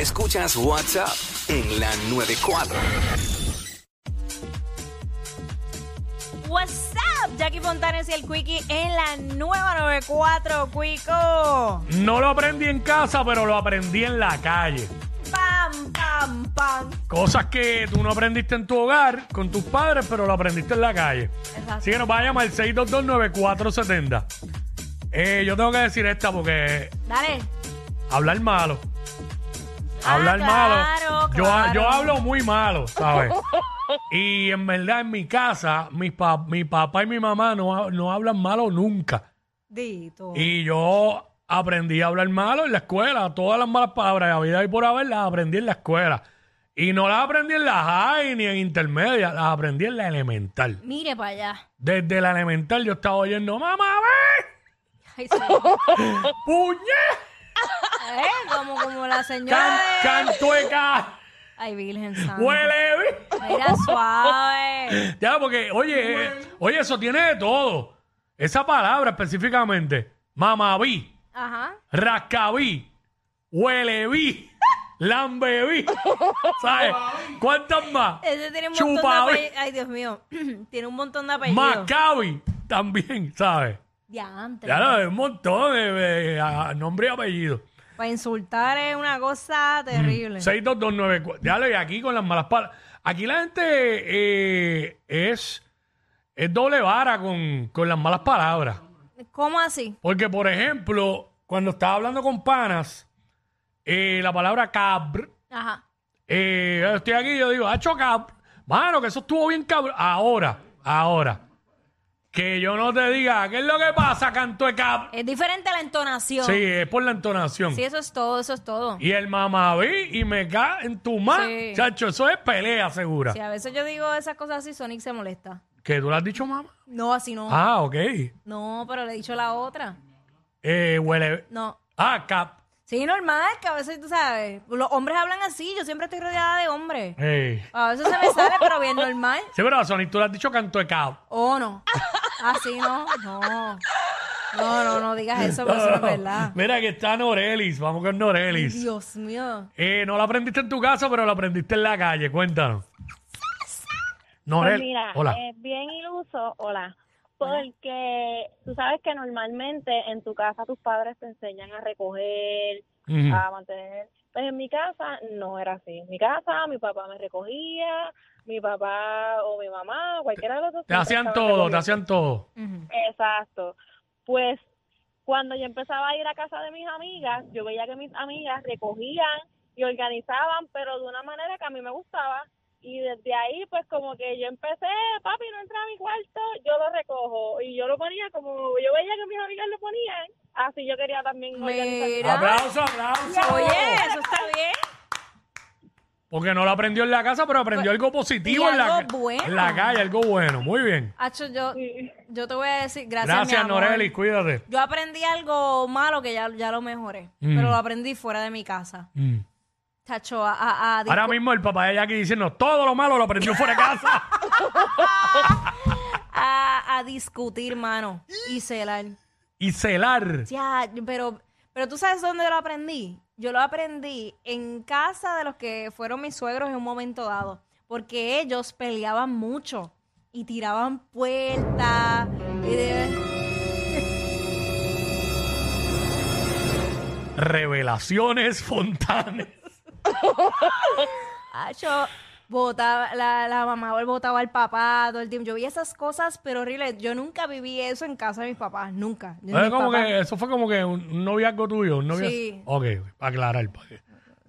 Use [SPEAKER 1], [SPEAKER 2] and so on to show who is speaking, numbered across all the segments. [SPEAKER 1] Escuchas WhatsApp en la 94.
[SPEAKER 2] What's up, Jackie Fontanes y el Quickie en la nueva 94, Quico.
[SPEAKER 3] No lo aprendí en casa, pero lo aprendí en la calle.
[SPEAKER 2] Pam, pam, pam.
[SPEAKER 3] Cosas que tú no aprendiste en tu hogar con tus padres, pero lo aprendiste en la calle.
[SPEAKER 2] Exacto.
[SPEAKER 3] Así que nos va a llamar 6229470. Eh, yo tengo que decir esta porque
[SPEAKER 2] Dale.
[SPEAKER 3] hablar malo.
[SPEAKER 2] Ah,
[SPEAKER 3] Hablar malo.
[SPEAKER 2] claro,
[SPEAKER 3] Yo,
[SPEAKER 2] claro.
[SPEAKER 3] yo hablo muy malo, ¿sabes? y en verdad, en mi casa, mi, pa- mi papá y mi mamá no, ha- no hablan malo nunca.
[SPEAKER 2] Dito.
[SPEAKER 3] Y yo aprendí a hablar malo en la escuela. Todas las malas palabras de la vida y por haber las aprendí en la escuela. Y no las aprendí en la high ni en intermedia, las aprendí en la elemental.
[SPEAKER 2] Mire para allá.
[SPEAKER 3] Desde la elemental yo estaba oyendo, mamá, ve,
[SPEAKER 2] Ay, señor.
[SPEAKER 3] puñe,
[SPEAKER 2] Eh, como, como la señora.
[SPEAKER 3] can,
[SPEAKER 2] de-
[SPEAKER 3] cantueca,
[SPEAKER 2] Ay, Virgen Santa.
[SPEAKER 3] huele, vi".
[SPEAKER 2] Mira, suave.
[SPEAKER 3] Ya, porque, oye, eh, oye, eso tiene de todo. Esa palabra específicamente, mamaví.
[SPEAKER 2] Ajá.
[SPEAKER 3] Rascabí, huelebí, lambebí. ¿Sabes? ¿Cuántas más?
[SPEAKER 2] Ese tiene un montón
[SPEAKER 3] Chupa,
[SPEAKER 2] de apellidos. Ay, Dios mío. tiene un montón de apellidos.
[SPEAKER 3] Maccabi también, ¿sabes?
[SPEAKER 2] Diantre.
[SPEAKER 3] Ya lo es un montón de, de- a- a nombre y apellido.
[SPEAKER 2] Para insultar es una cosa
[SPEAKER 3] Mm,
[SPEAKER 2] terrible.
[SPEAKER 3] 62294. Ya lo y aquí con las malas palabras. Aquí la gente eh, es, es doble vara con, con las malas palabras.
[SPEAKER 2] ¿Cómo así?
[SPEAKER 3] Porque, por ejemplo, cuando estaba hablando con panas, eh, la palabra cabr
[SPEAKER 2] Ajá.
[SPEAKER 3] Eh, yo estoy aquí, yo digo, hacho cab... Mano, que eso estuvo bien cabrón. Ahora, ahora. Que yo no te diga, ¿qué es lo que pasa, canto de cab...
[SPEAKER 2] Es diferente la entonación.
[SPEAKER 3] Sí, es por la entonación.
[SPEAKER 2] Eh, Sí, eso es todo, eso es todo.
[SPEAKER 3] Y el mamaví y me ca en tu mano.
[SPEAKER 2] Sí.
[SPEAKER 3] Chacho, eso es pelea segura.
[SPEAKER 2] Si a veces yo digo esas cosas así, Sonic se molesta.
[SPEAKER 3] Que tú lo has dicho, mamá.
[SPEAKER 2] No, así no.
[SPEAKER 3] Ah, ok.
[SPEAKER 2] No, pero le he dicho la otra.
[SPEAKER 3] Eh, huele.
[SPEAKER 2] No.
[SPEAKER 3] Ah, cap.
[SPEAKER 2] Sí, normal, que a veces tú sabes. Los hombres hablan así, yo siempre estoy rodeada de hombres.
[SPEAKER 3] Eh.
[SPEAKER 2] A veces se me sale, pero bien normal.
[SPEAKER 3] Sí, pero Sonic, tú lo has dicho canto de cab.
[SPEAKER 2] Oh, no. Así no, no. No, no, no digas eso, pero eso no es verdad.
[SPEAKER 3] Mira que está Norelis. Vamos con Norelis.
[SPEAKER 2] Dios mío.
[SPEAKER 3] Eh, no la aprendiste en tu casa, pero la aprendiste en la calle. Cuéntanos. Norel,
[SPEAKER 4] Pues mira,
[SPEAKER 3] hola.
[SPEAKER 4] es bien iluso, hola. Porque tú sabes que normalmente en tu casa tus padres te enseñan a recoger,
[SPEAKER 3] Ujú.
[SPEAKER 4] a mantener. Pues en mi casa no era así. En mi casa mi papá me recogía, mi papá o mi mamá, cualquiera de los dos.
[SPEAKER 3] te hacían
[SPEAKER 4] siempre
[SPEAKER 3] todo,
[SPEAKER 4] pues, estaba
[SPEAKER 3] te hacían todo.
[SPEAKER 2] Ujú.
[SPEAKER 4] Exacto. Pues cuando yo empezaba a ir a casa de mis amigas, yo veía que mis amigas recogían y organizaban, pero de una manera que a mí me gustaba. Y desde ahí, pues como que yo empecé, papi, no entra a mi cuarto, yo lo recojo. Y yo lo ponía como, yo veía que mis amigas lo ponían, así yo quería también organizar.
[SPEAKER 2] Mira.
[SPEAKER 3] Aplauso, aplauso.
[SPEAKER 2] Oye, eso está bien.
[SPEAKER 3] Porque no lo aprendió en la casa, pero aprendió algo positivo
[SPEAKER 2] Pues, y
[SPEAKER 3] en, la,
[SPEAKER 2] algo bueno.
[SPEAKER 3] en la calle, algo bueno. Muy bien.
[SPEAKER 2] Hacho, yo, yo te voy a decir, gracias,
[SPEAKER 3] Gracias,
[SPEAKER 2] mi amor.
[SPEAKER 3] Norelis, cuídate.
[SPEAKER 2] Yo aprendí algo malo que ya, ya lo mejoré,
[SPEAKER 3] Mm.
[SPEAKER 2] pero lo aprendí fuera de mi casa.
[SPEAKER 3] Mm.
[SPEAKER 2] Chacho, a, a, a-
[SPEAKER 3] Ahora mismo el papá de ella aquí diciendo todo lo malo lo aprendió fuera de casa.
[SPEAKER 2] a, a discutir, mano, y celar.
[SPEAKER 3] y celar.
[SPEAKER 2] Ya, pero, pero tú sabes dónde lo aprendí. Yo lo aprendí en casa de los que fueron mis suegros en un momento dado, porque ellos peleaban mucho y tiraban puertas. Y de-
[SPEAKER 3] Revelaciones fontanes.
[SPEAKER 2] Acho, botaba, Ah, la, la mamá botaba al papá todo el tiempo. Yo vi esas cosas, pero horrible. Yo nunca viví eso en casa de mis papás, nunca. Yo-
[SPEAKER 3] Fue
[SPEAKER 2] mis
[SPEAKER 3] como
[SPEAKER 2] papás-
[SPEAKER 3] que- eso fue como que un, un noviazgo tuyo, un noviazgo.
[SPEAKER 2] Sí.
[SPEAKER 3] Ok, para aclarar, para que-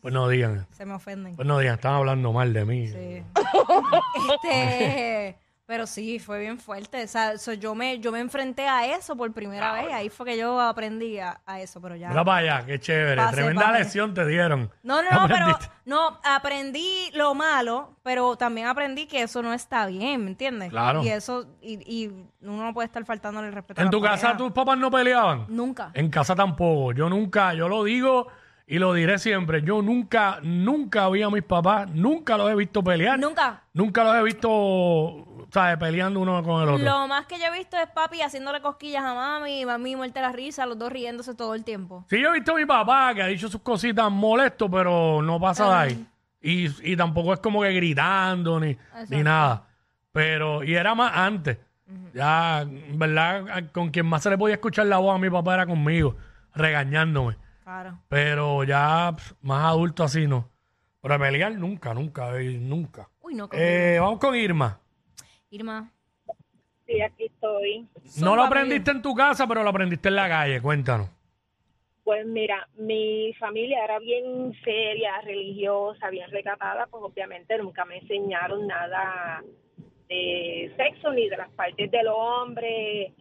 [SPEAKER 3] pues no digan.
[SPEAKER 2] Se me ofenden.
[SPEAKER 3] Pues no digan, están hablando mal de mí.
[SPEAKER 2] Sí. este, Pero sí, fue bien fuerte. O sea, so, yo, me, yo me enfrenté a eso por primera vez. Ahí fue que yo aprendí a, a eso, pero ya.
[SPEAKER 3] Mira para allá, qué chévere.
[SPEAKER 2] Pase,
[SPEAKER 3] Tremenda
[SPEAKER 2] pase.
[SPEAKER 3] lección te dieron.
[SPEAKER 2] No, no, no, pero
[SPEAKER 3] Aprendiste.
[SPEAKER 2] no, aprendí lo malo, pero también aprendí que eso no está bien, ¿me entiendes?
[SPEAKER 3] Claro.
[SPEAKER 2] Y eso, y, y uno no puede estar faltando el respeto. a
[SPEAKER 3] ¿En
[SPEAKER 2] la
[SPEAKER 3] tu casa
[SPEAKER 2] pareja.
[SPEAKER 3] tus papás no peleaban?
[SPEAKER 2] Nunca.
[SPEAKER 3] En casa tampoco. Yo nunca, yo lo digo y lo diré siempre. Yo nunca, nunca vi a mis papás, nunca los he visto pelear.
[SPEAKER 2] Nunca.
[SPEAKER 3] Nunca los he visto, ¿sabes? Peleando uno con el otro.
[SPEAKER 2] Lo más que yo he visto es papi haciéndole cosquillas a mami, y mami muerte la risa, los dos riéndose todo el tiempo.
[SPEAKER 3] Sí, yo he visto a mi papá que ha dicho sus cositas molesto, pero no pasa de ahí. Y, y tampoco es como que gritando ni, ni nada. Pero, y era más antes. Ya, en ¿verdad? a- Con quien más se le podía escuchar la voz a mi papá era conmigo, regañándome.
[SPEAKER 2] Claro.
[SPEAKER 3] Pero ya pf, más adulto así no. Pero pelear nunca, nunca, eh, nunca.
[SPEAKER 2] Uy, no.
[SPEAKER 3] Eh, vamos con Irma.
[SPEAKER 2] Irma.
[SPEAKER 4] Sí, aquí estoy.
[SPEAKER 3] no lo
[SPEAKER 2] Zumba,
[SPEAKER 3] aprendiste en tu casa, pero lo aprendiste en la calle. Cuéntanos.
[SPEAKER 4] Pues mira, mi familia era bien seria, religiosa, bien recatada, pues obviamente nunca me enseñaron nada de sexo ni de las partes del hombre.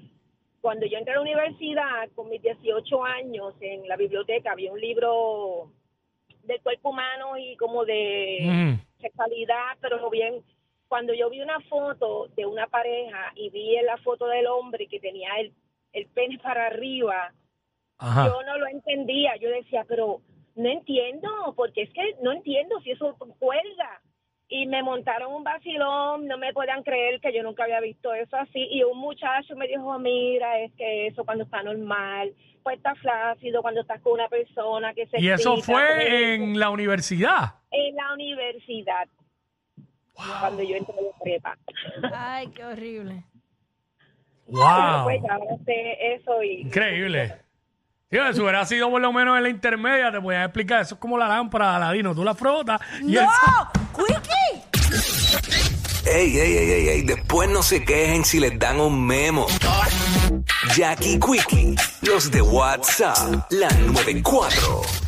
[SPEAKER 4] Cuando yo entré a la universidad con mis 18 años en la biblioteca había un libro del cuerpo humano y como de
[SPEAKER 3] Mm.
[SPEAKER 4] sexualidad, pero lo bien. Cuando yo vi una foto de una pareja y vi en la foto del hombre que tenía el, el pene para arriba,
[SPEAKER 3] Ajá.
[SPEAKER 4] yo no lo entendía. Yo decía, pero no entiendo, porque es que no entiendo si eso cuelga. Y me montaron un vacilón, no me puedan creer que yo nunca había visto eso así. Y un muchacho me dijo, mira, es que eso cuando está normal, pues está flácido, cuando estás con una persona que se...
[SPEAKER 3] y eso
[SPEAKER 4] excita, pues,
[SPEAKER 3] fue en la universidad.
[SPEAKER 4] en la universidad, cuando yo entré de prepa.
[SPEAKER 2] Ay, qué horrible.
[SPEAKER 3] ¡Wow!
[SPEAKER 4] Pues ahora sé eso y...
[SPEAKER 3] Increíble. Tío, si hubiera sido por lo menos en la intermedia, te voy a explicar. Eso es como la lámpara de Aladino. Tú la frotas y el-
[SPEAKER 2] ¡Quickie!
[SPEAKER 1] Ey, ey, ey, ey, ey, después no se quejen si les dan un memo. Jackie Quickie, los de WhatsApp, la 94.